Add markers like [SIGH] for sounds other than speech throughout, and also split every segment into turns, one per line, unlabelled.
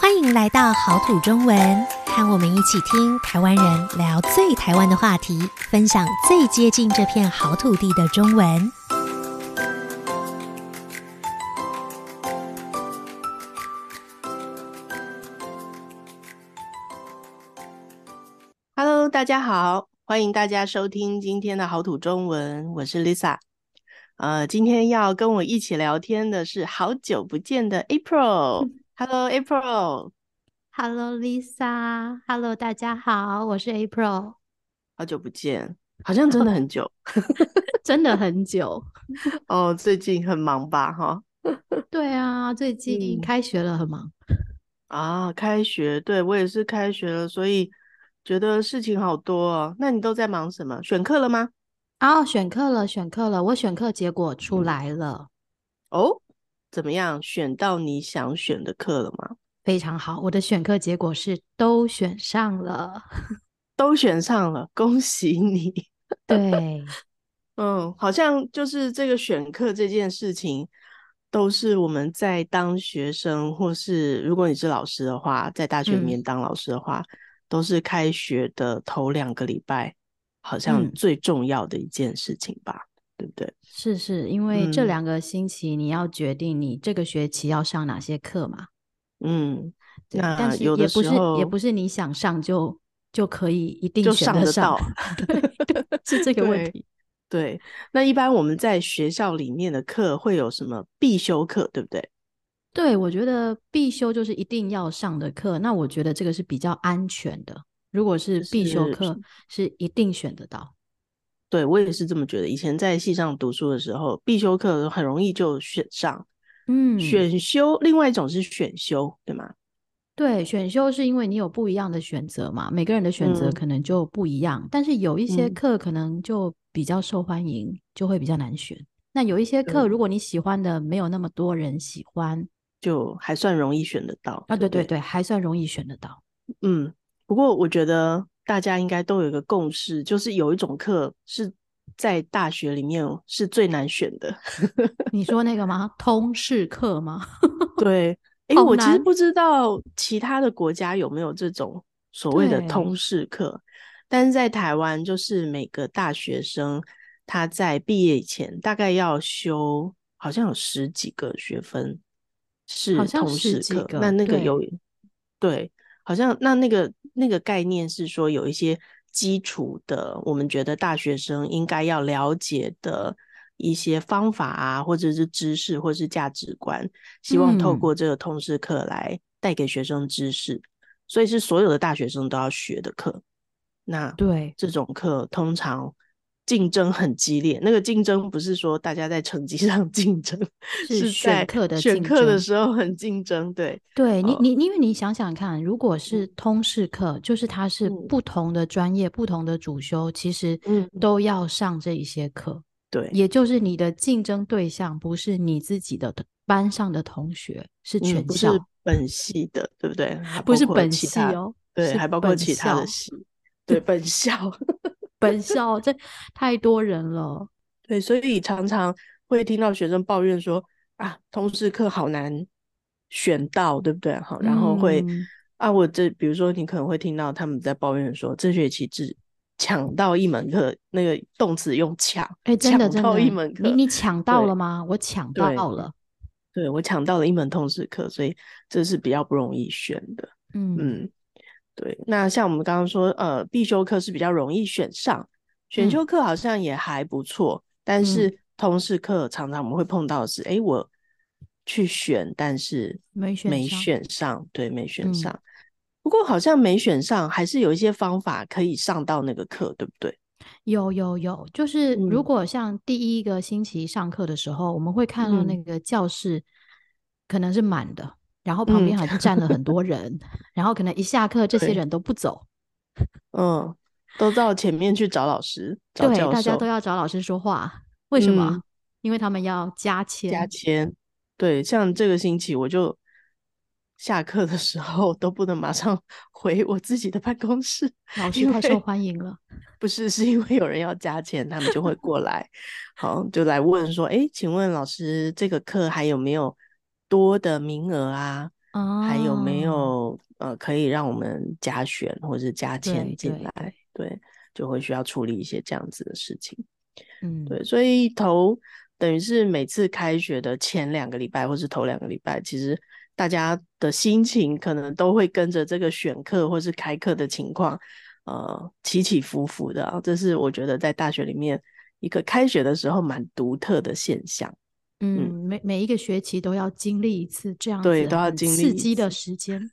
欢迎来到好土中文，和我们一起听台湾人聊最台湾的话题，分享最接近这片好土地的中文。
Hello，大家好，欢迎大家收听今天的好土中文，我是 Lisa。呃，今天要跟我一起聊天的是好久不见的 April。Hello，April，
Hello Lisa，Hello 大家好，我是 April，
好久不见，好像真的很久
[LAUGHS] 真的很久。
哦。最近很忙吧？哈
[LAUGHS] 对啊，最近
嗯
开学了，很忙。
啊，开学，对我也是开学了，所以觉得事情好多哦。那你都在忙什么？选课了吗？
哦，选课了，选课了，我选课结果出来了，
哦，怎么样？选到你想选的课了吗？
非常好。我的选课结果是都选上了。 [LAUGHS]
都选上了，恭喜你！
对，
嗯，好像就是这个选课这件事情，都是我们在当学生，或是如果你是老师的话，在大学里
嗯
面当老师的话，都是开学的头两个礼拜，好像
嗯
最重要的一件事情吧，对不对？
是是，因为这
嗯
两个星期你要决定你这个学期要上哪些课嘛。
嗯，
对，
那
但是
有的
也不
时
是
候
也不是你想上就就可以一定
就
选
上
得
得
上
到。
对对， [LAUGHS] 是这个问
对
题。
对，那一般我们在学校里面的课会有什么必修课，对不对？
对，我觉得必修就是一定要上的课，那我觉得这个是比较安全的。如果是必修
是
课，是一定选得到。
对，我也是这么觉得。以前在系上读书的时候，必修课很容易就选上，
嗯，
选修另外一种是选修，对吗？
对选修是因为你有不一样的选择嘛，每个人的选择
嗯
可能就不一样，但是有一些
嗯
课可能就比较受欢迎，就会比较难选。那有一些课，
对
如果你喜欢的没有那么多人喜欢，
就还算容易选得到
啊，对
对
对
不
对，还算容易选得到。
嗯，不过我觉得大家应该都有一个共识，就是有一种课是在大学里面哦是最难选的。
你说那个吗？通识课吗？
对，诶，
好
我其实
难
不知道其他的国家有没有这种所谓的
对
通识课，但是在台湾，就是每个大学生他在毕业以前大概要修，好像有十几个学分是
像
通
十
识
几
课。
个
那那个
对
有，对，好像那那个那个概念是说有一些基础的，我们觉得大学生应该要了解的一些方法啊，或者是知识，或是价值观。希望透
嗯
过这个通识课来带给学生知识，所以是所有的大学生都要学的课。那
对，
这种课通常竞争很激烈，那个竞争不是说大家在成绩上 [LAUGHS] 竞争，
[LAUGHS] 是选
在
课的
选
竞
课的
争
时候很竞争。对，
对你
呃，
你因为你想想看，如果是通识课，就是它是
嗯
不同的专业、不同的主修，其实
嗯
都要上这一些课，
对，
也就是你的竞争对象不是你自己的同班上的同学，是
嗯，
全
不是
校，
本系的，对不对？还
不
包
是
括
本
其
系
他，
哦，
对，
是
还包括
本
其他的
校，
系，对，本校。 [LAUGHS]
本校这太多人了，
对，所以常常会听到学生抱怨说啊，通识课好难选到，对不对？好， [LAUGHS] 然后会、
嗯
啊，我这比如说你可能会听到他们在抱怨说，这学期只抢到一门课，那个动词用抢，
哎，真的
抢
真
到
的，
一门
你
课， [LAUGHS]
你抢到
对
了吗？我抢
对
到了，
对我抢到了一门通识课，所以这是比较不容易选的。
嗯
嗯，对。那像我们刚刚说，呃，必修课是比较容易选上，选
嗯
修课好像也还不错，但
嗯
是通识课常常我们会碰到的是，诶，我去选，但是
没选
没
上
选上，对，没选
嗯
上。不过好像没选上，还是有一些方法可以上到那个课，对不对？
有有有，就是如
嗯
果像第一个星期上课的时候，我们会看到那
嗯
个教室可能是满的，然后旁边
嗯
好像站了很多人，然后可能一下课这些
对
人都不走，
嗯，都到前面去找老师、找
对，
教
大家
授
都要找老师说话，为什么？
嗯
因为他们要加
加
签，
签。对，像这个星期我就下课的时候都不能马上 [LAUGHS] 回我自己的办公室，
老师
因
太受
为
欢迎了。
不是是因为有人要加钱，他们就会过来，好就来问说，哎，请问老师这个课还有没有多的名额啊？
哦，
还有没有呃可以让我们加选或者加
对
签进
对
来？对，就会需要处理一些这样子的事情。
嗯
对，所以头等于是每次开学的前两个礼拜，或是头两个礼拜，其实大家的心情可能都会跟着这个选课或是开课的情况，呃，起起伏伏的啊、这是我觉得在大学里面一个开学的时候蛮独特的现象。
嗯，每每一个学期都要经历一次这样
对
子
都要
很
经历
刺
一
激的
次 [LAUGHS]
时间，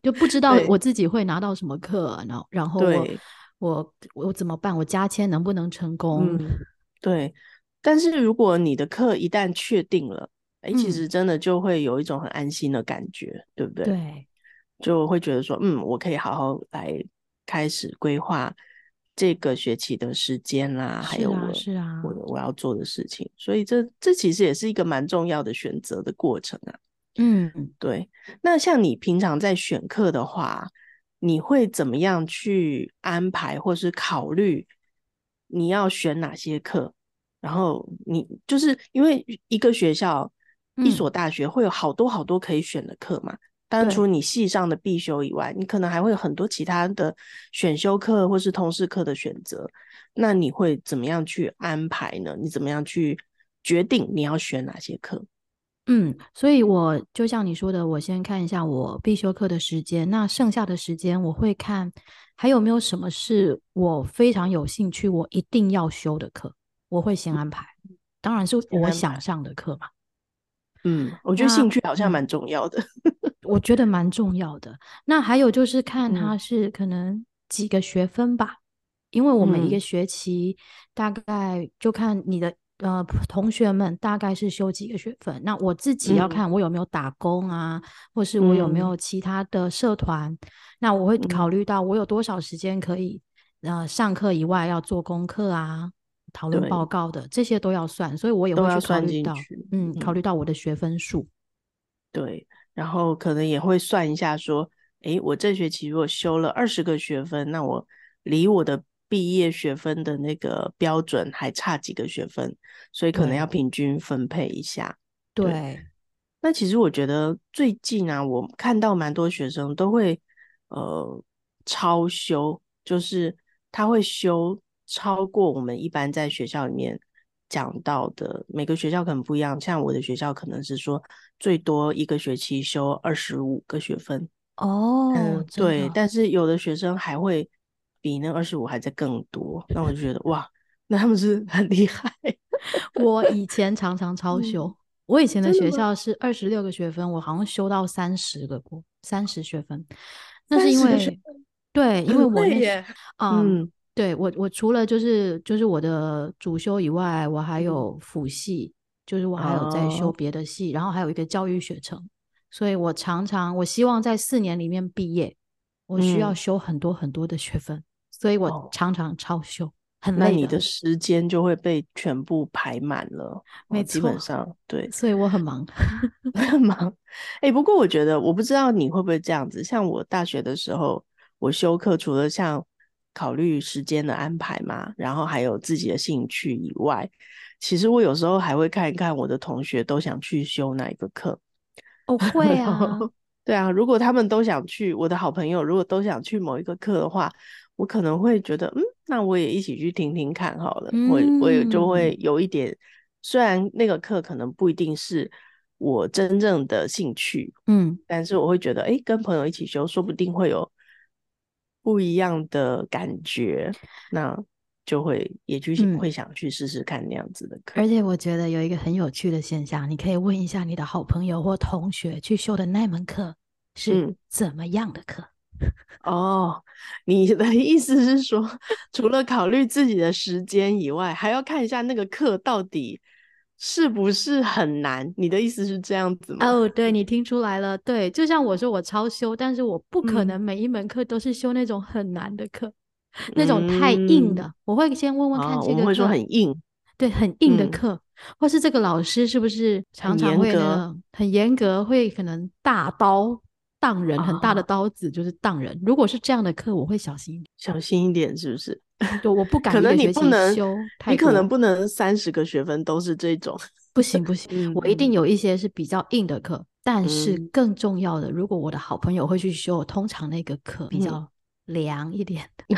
就不知道
对
我自己会拿到什么课，然后然后我
对
我我怎么办？我加签能不能成功？
嗯，对。但是如果你的课一旦确定了，哎，其
嗯
实真的就会有一种很安心的感觉，对不对？
对，
就会觉得说，嗯，我可以好好来开始规划这个学期的时间啦，还
是
有
啊
我
是啊
我我要做的事情。所以这这其实也是一个蛮重要的选择的过程啊。
嗯，
对，那像你平常在选课的话，你会怎么样去安排或是考虑你要选哪些课？然后你就是因为一个学校、一
嗯
所大学会有好多好多可以选的课嘛。当然，
对
除了你系上的必修以外，你可能还会有很多其他的选修课或是通识课的选择。那你会怎么样去安排呢？你怎么样去决定你要选哪些课？
嗯，所以我就像你说的，我先看一下我必修课的时间，那剩下的时间我会看还有没有什么是我非常有兴趣，我一定要修的课，我会先安排。当然是
先
我
安
想
排
上的课嘛，
嗯，我觉得
那
兴趣好像
嗯
蛮重要的。
我觉得蛮重要的。那还有就是看
嗯
它是可能几个学分吧，因为我们
嗯
一个学期大概就看你的呃同学们大概是修几个学分。那我自己
嗯
要看我有没有打工啊，或是我有没有其他的社团。那我会
嗯
考虑到我有多少时间可以呃上课以外要做功课啊。讨论
对
报告的这些都要算，所以我也
都
会
要
去考
算
虑
进
到，
去
嗯，考
嗯
虑到我的学分数，
对，然后可能也会算一下说，诶，我这学期如果修了二十个学分，那我离我的毕业学分的那个标准还差几个学分，所以可能
对
要平均分配一下。对
对，
那其实我觉得最近啊，我看到蛮多学生都会呃超修，就是他会修超过我们一般在学校里面讲到的，每个学校可能不一样，像我的学校可能是说最多一个学期修二十五个学分，
哦
嗯，，
真
对，
的哦
但是有的学生还会比那二十五还在更多，那我就觉得哇，那他们是很厉害，
[LAUGHS] 我以前常常超
嗯
修，我以前的
真的
学
吗
校是二十六个学分，我好像修到三十个过，三十学分。那是因
30个学
为，对，因为
很
我
累
那时
耶，
嗯，
嗯
对我我除了就是就是我的主修以外，我还
嗯
有辅系，就是我还有在修
哦
别的系，然后还有一个教育学程，所以我常常我希望在四年里面毕业，我需要
嗯
修很多很多的学分，所以我
哦
常常超修，很
那
嗯累
你的时间就会被全部排满了，
没
哦，基本
错
上对， [LAUGHS]
所以我很忙。
很忙。哎，不过我觉得，我不知道你会不会这样子。像我大学的时候，我修课除了像考虑时间的安排嘛，然后还有自己的兴趣以外，其实我有时候还会看一看我的同学都想去修哪一个课。
我会
然
[LAUGHS] 啊，
后对哦啊，如果他们都想去，我的好朋友如果都想去某一个课的话，我可能会觉得，嗯，那我也一起去听听看好了。我我也就会
嗯
有一点，虽然那个课可能不一定是我真正的兴趣，
嗯，
但是我会觉得，哎，跟朋友一起修，说不定会有不一样的感觉，那就会也去
嗯
会想去试试看那样子的课
而。且我觉得有一个很有趣的现象，你可以问一下你的好朋友或同学去修的那门课是
嗯
怎么样的课。
哦，你的意思是说， [LAUGHS] 除了考虑自己的时间以外，还要看一下那个课到底是不是很难？你的意思是这样子吗？
哦，对，你听出来了，对，就像我说我超修，但是我不可
嗯
能每一门课都是修那种很难的课，那种太硬的，我会先问
嗯
问看
哦，
这
我们
个
会说
课，
很硬，
对，很硬的
嗯
课，或是这个老师是不是常
很
常
严
会那
格
个很严格，会可能大刀当人，很大的
啊
刀子就是当人。如果是这样的课，我会小心一点。
小心一点，是不是？ [LAUGHS]
就我不敢
可
一个
能你
学
不
期
能
修，太
你可能
多
不能三十个学分都是这种，
不行不行，
嗯
我一
嗯
定有一些是比较硬的课，但是
嗯
更重要的，如果我的好朋友会去修，通常那个课比
嗯
较凉一点 [LAUGHS] 的，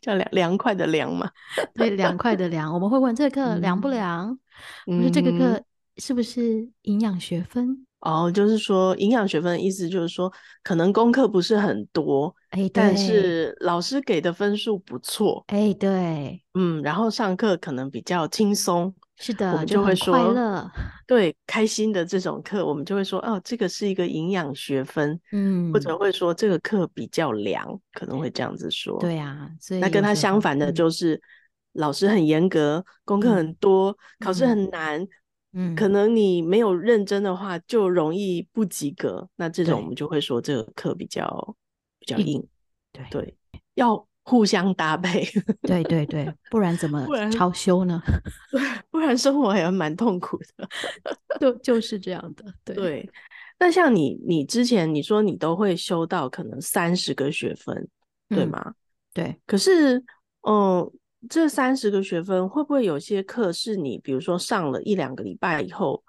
叫凉凉快的凉嘛。
对，凉快的凉。我们会问这个课凉不
嗯
凉，或者这个
嗯
课是不是营养学分？
哦，就是说营养学分的意思就是说，可能功课不是很多，
哎，
但
对
是老师给的分数不错，
哎，对，
嗯，然后上课可能比较轻松，
是
我
的，
们
就
就会
很快
说
乐，
对，开心的这种课，我们就会说哦，这个是一个营养学分，
嗯，
或者会说这个课比较凉，可能会这样子说。
对啊，所以
那跟
有
他
时
相
候
反的就是，老师很严格，功课
嗯
很多，考试
嗯
很难，
嗯，
可
嗯
能你没有认真的话，就容易不及格。那这种
对
我们就会说这个课比较比较硬，
对
对，要互相搭配， [LAUGHS]
对对对，不然怎么
不然
超修呢？
不然生活也蛮痛苦的。
就就是这样的，对
对，那像你，你之前你说你都会修到可能三十个学分，对
嗯
吗？
对，
可是，嗯，这三十个学分会不会有些课是你，比如说上了一两个礼拜以后，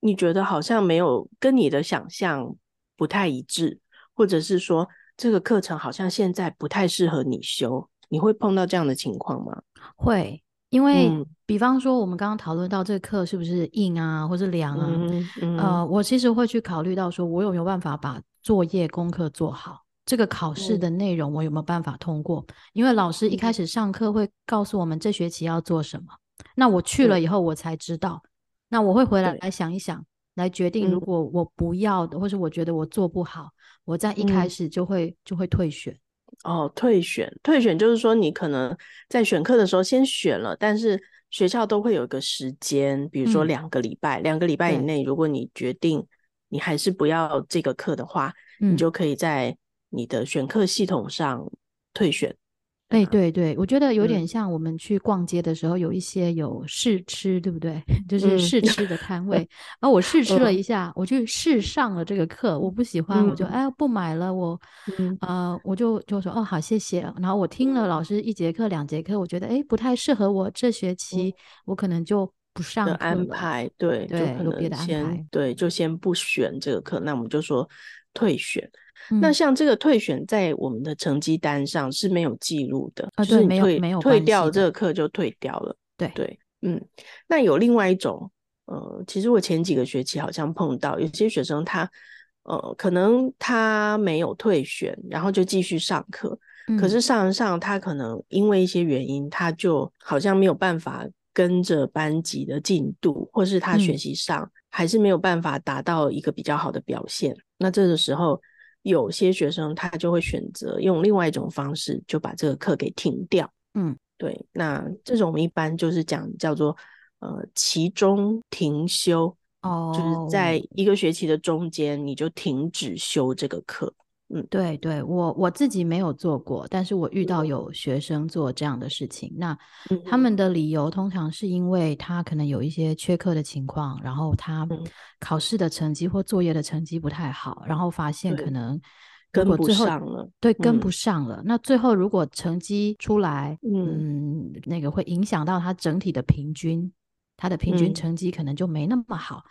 你觉得好像没有跟你的想象不太一致，或者是说这个课程好像现在不太适合你修，你会碰到这样的情况吗？
会，因为
嗯
比方说我们刚刚讨论到这个课是不是硬啊，或是凉啊，
嗯嗯
呃，我其实会去考虑到说，我有没有办法把作业功课做好，这个考试
嗯
的内容我有没有办法通过？因为老师一开
嗯
始上课会告诉我们这学期要做什么，那我去了
对
以后我才知道，那我会回来
对
来想一想，来决定如
嗯
果我不要的，或是我觉得我做不好，我在一开
嗯
始就会就会退选。
哦，退选，退选就是说你可能在选课的时候先选了，但是学校都会有一个时间，比如说
嗯
两个礼拜，两个礼拜以
对
内，如果你决定你还是不要这个课的话，你
嗯，
就可以在你的选课系统上退选。
哎，
吧
对对，我觉得有
嗯
点像我们去逛街的时候，有一些有试吃，对不对？ [LAUGHS] 就是
嗯
试吃的摊位。然后我试吃了
嗯
一下，我去试上了这个课，我不喜欢，我就
嗯
哎不买了，我
嗯
呃我就就说哦好谢谢。然后我听了老师一节课两节课，我觉得哎不太适合我这学期，我可能就不
嗯的
上课
安
了。
排，对，就
对
可
有别
能
的安
先
排
对，就先不选这个课，那我们就说退选。那
嗯
像这个退选在我们的成绩单上是没有记录的，
啊
就
对
是你
没有
退
没有
退
关
掉
系
这
的
个课就退掉了。
对
对，嗯，那有另外一种，呃，其实我前几个学期好像碰到有些学生他，呃，可能他没有退选，然后就继续上课，可
嗯
是上一上他可能因为一些原因，他就好像没有办法跟着班级的进度，或是他学
嗯
习上还是没有办法达到一个比较好的表现。那这个时候，有些学生他就会选择用另外一种方式，就把这个课给停掉。
嗯
对，那这种我们一般就是讲叫做呃期中停修，就是
哦。
在一个学期的中间你就停止修这个课。
对对，我我自己没有做过，但是我遇到
嗯
有学生做这样的事情。那
嗯
他们的理由通常是因为他可能有一些缺课的情况，然后他
嗯
考试的成绩或作业的成绩不太好，然后发现可
对
能如
跟
果
不
最后
上了，
对跟
嗯
不上了，那最后如果成绩出来，
嗯
嗯，那个会影响到他整体的平均，他的平均
嗯
成绩可能就没那么好。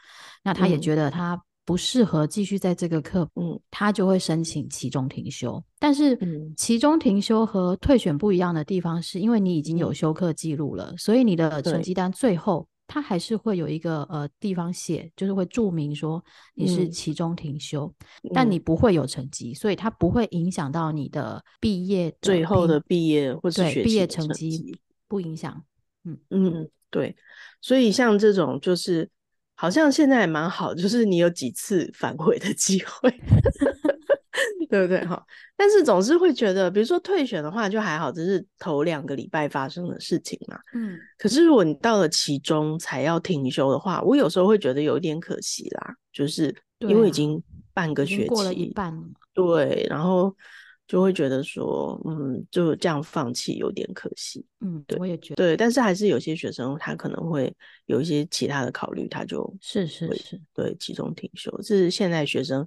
那他也
嗯
觉得他不适合继续在这个课，
嗯
他就会申请期中停休。但是
嗯
期中停休和退选不一样的地方，是因为你已经有
嗯
休课记录了，所以你的成
对
绩单最后它还是会有一个呃地方写，就是会注明说你是
嗯
期中停休，但你
嗯，
不会有成绩，所以它不会影响到你的毕业
最
的
后
评，
的毕业或是
对，
学
毕
期
业
的
成
成
绩
绩，
不影响。嗯，
嗯，对，所以像这种就是好像现在也蛮好，就是你有几次反悔的机会， [LAUGHS] 对不对哈？但是总是会觉得，比如说退选的话就还好，这是头两个礼拜发生的事情嘛。
嗯，
可是如果你到了其中才要停休的话，我有时候会觉得有一点可惜啦，就是因
对
为已
啊，
经半个
已经
学
过了一
期，
半了嘛。
对，然后就会觉得说，嗯，就这样放弃有点可惜，
嗯，我也觉得
对。但是还是有些学生他可能会有一些其他的考虑，他就是
是
会
是，
对其中停休，这是现在学生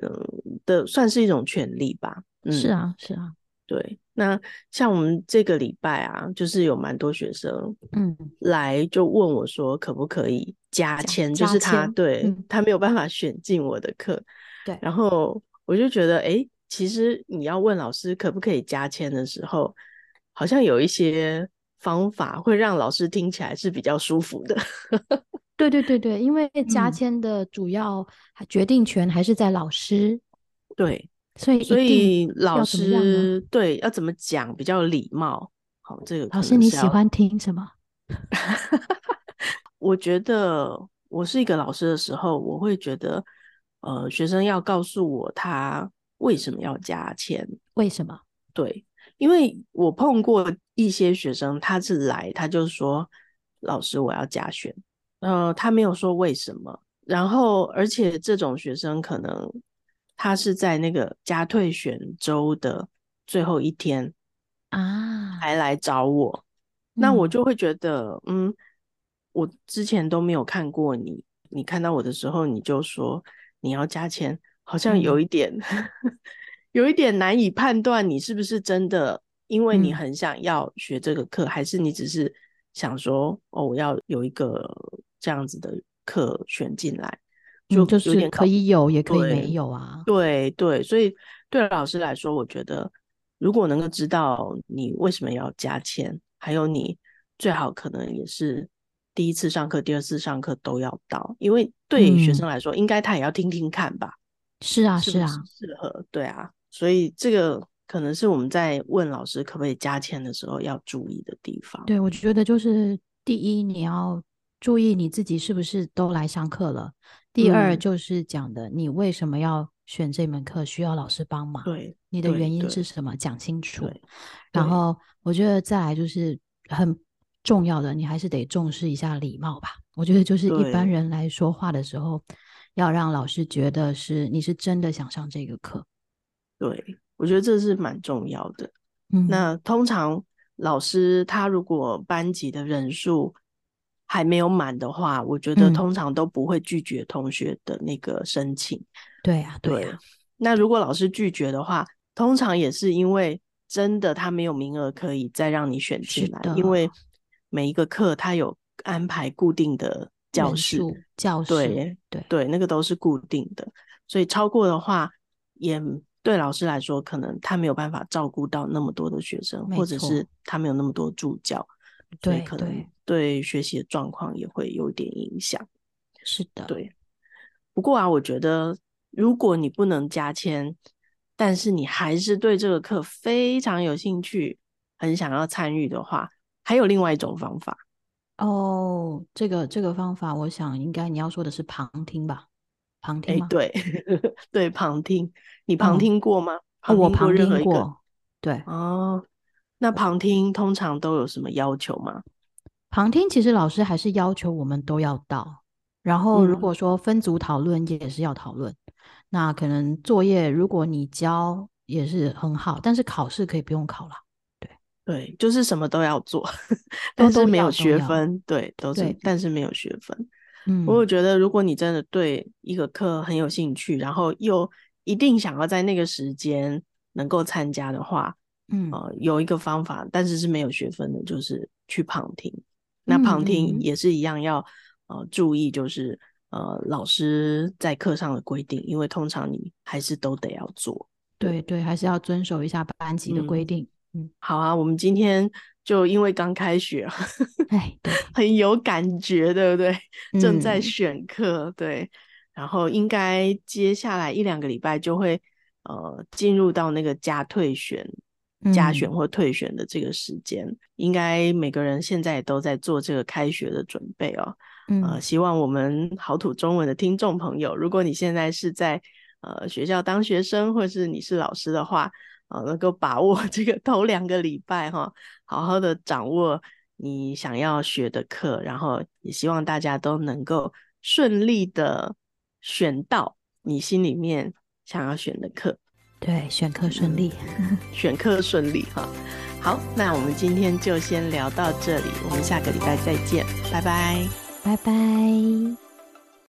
嗯的算是一种权利吧，
是
嗯。
啊是啊，
对，那像我们这个礼拜啊，就是有蛮多学生
嗯，
来就问我说，可不可以加签？就
加
是他
签
对、
嗯
他没有办法选进我的课，
对
然后我就觉得，哎，其实你要问老师可不可以加签的时候，好像有一些方法会让老师听起来是比较舒服的。 [LAUGHS]
对对对对，因为加
嗯
签的主要还决定权还是在老师，
对，
所以一
所
定
以老
要怎么样呢
师对要怎么讲比较礼貌？好，这个可
老师
能
你
是
喜
要？
欢听什么？
我觉得我是一个老师的时候，我会觉得，呃，学生要告诉我他为什么要加钱，
为什么？
对，因为我碰过一些学生，他是来他就说，老师我要加选，呃，他没有说为什么，然后而且这种学生可能他是在那个加退选周的最后一天
啊，
才来找我，那我
嗯
就会觉得，嗯，我之前都没有看过你，你看到我的时候你就说你要加钱，好像有
嗯
一点， [LAUGHS] 有一点难以判断你是不是真的，因为你
嗯
很想要学这个课，还是你只是想说，哦，我要有一个这样子的课选进来，就
嗯就
有
是
点
可以有，也可以
对
没有啊。
对对，所以对老师来说，我觉得如果能够知道你为什么要加签，还有你最好可能也是第一次上课、第二次上课都要到，因为对学
嗯
生来说，应该他也要听听看吧，
是啊，
是
是
不
啊
是，适合？对啊，所以这个可能是我们在问老师可不可以加签的时候要注意的地方。
对，我觉得就是第一，你要注意你自己是不是都来上课了；第二，
嗯
就是讲的你为什么要选这门课，需要老师帮忙，
对
你的
对
原因
对
是什么，讲清楚。
对
然
对
后，我觉得再来就是很重要的，你还是得重视一下礼貌吧。我觉得就是一般
对
人来说话的时候，要让老师觉得是你是真的想上这个课。
对，我觉得这是蛮重要的。
嗯，
那通常老师他如果班级的人数还没有满的话，我觉得
嗯
通常都不会拒绝同学的那个申请。
对啊，对
对
啊，
那如果老师拒绝的话，通常也是因为真的他没有名额可以再让你选进
是
来，
的
因为每一个课他有安排固定的教
人
室，
数、教室，
对
对
对，那个都是固定的，所以超过的话，也对老师来说，可能他没有办法照顾到那么多的学生，
没
或者
错
是他没有那么多助教，所以
对
可
对
能对学习的状况也会有点影响。
是的，
对，不过啊，我觉得如果你不能加签，但是你还是对这个课非常有兴趣，很想要参与的话，还有另外一种方法。
哦，这个这个方法，我想应该你要说的是旁听吧？旁听
哎
吗，？
对 [LAUGHS] 对，旁听，你旁
嗯
听过吗？
哦，我
啊过
旁
任何一
听
个
过，对，
哦，那旁听通常都有什么要求吗？
旁听其实老师还是要求我们都要到，然后如
嗯
果说分组讨论也是要讨论，那可能作业如果你交也是很好，但是考试可以不用考了。
对，就是什么都要做，
都
但是
都
没
要
有
都
学
要
分。对，都是
对，
但是没有学分。
嗯，
我有觉得，如果你真的对一个课很有兴趣，然后又一定想要在那个时间能够参加的话，
嗯
呃，有一个方法，但是是没有学分的，就是去旁听。那旁
嗯
听
嗯
也是一样要呃注意，就是呃老师在课上的规定，因为通常你还是都得要做。
对对，还是要遵守一下班级的规定。嗯，
好啊，我们今天就因为刚开学， [LAUGHS]
哎，对，
很有感觉，对不对？ [LAUGHS] 正在
嗯
选课，对，然后应该接下来一两个礼拜就会呃进入到那个加退选、加选
嗯
或退选的这个时间，应该每个人现在也都在做这个开学的准备哦。呃，
嗯，
希望我们好土中文的听众朋友，如果你现在是在呃学校当学生，或是你是老师的话，呃，能够把握 [LAUGHS] 这个头两个礼拜哈，好好的掌握你想要学的课，然后也希望大家都能够顺利的选到你心里面想要选的课，
对，选课顺利，
嗯选课顺利哈。好，那我们今天就先聊到这里，我们下个礼拜再见，拜拜。
拜拜。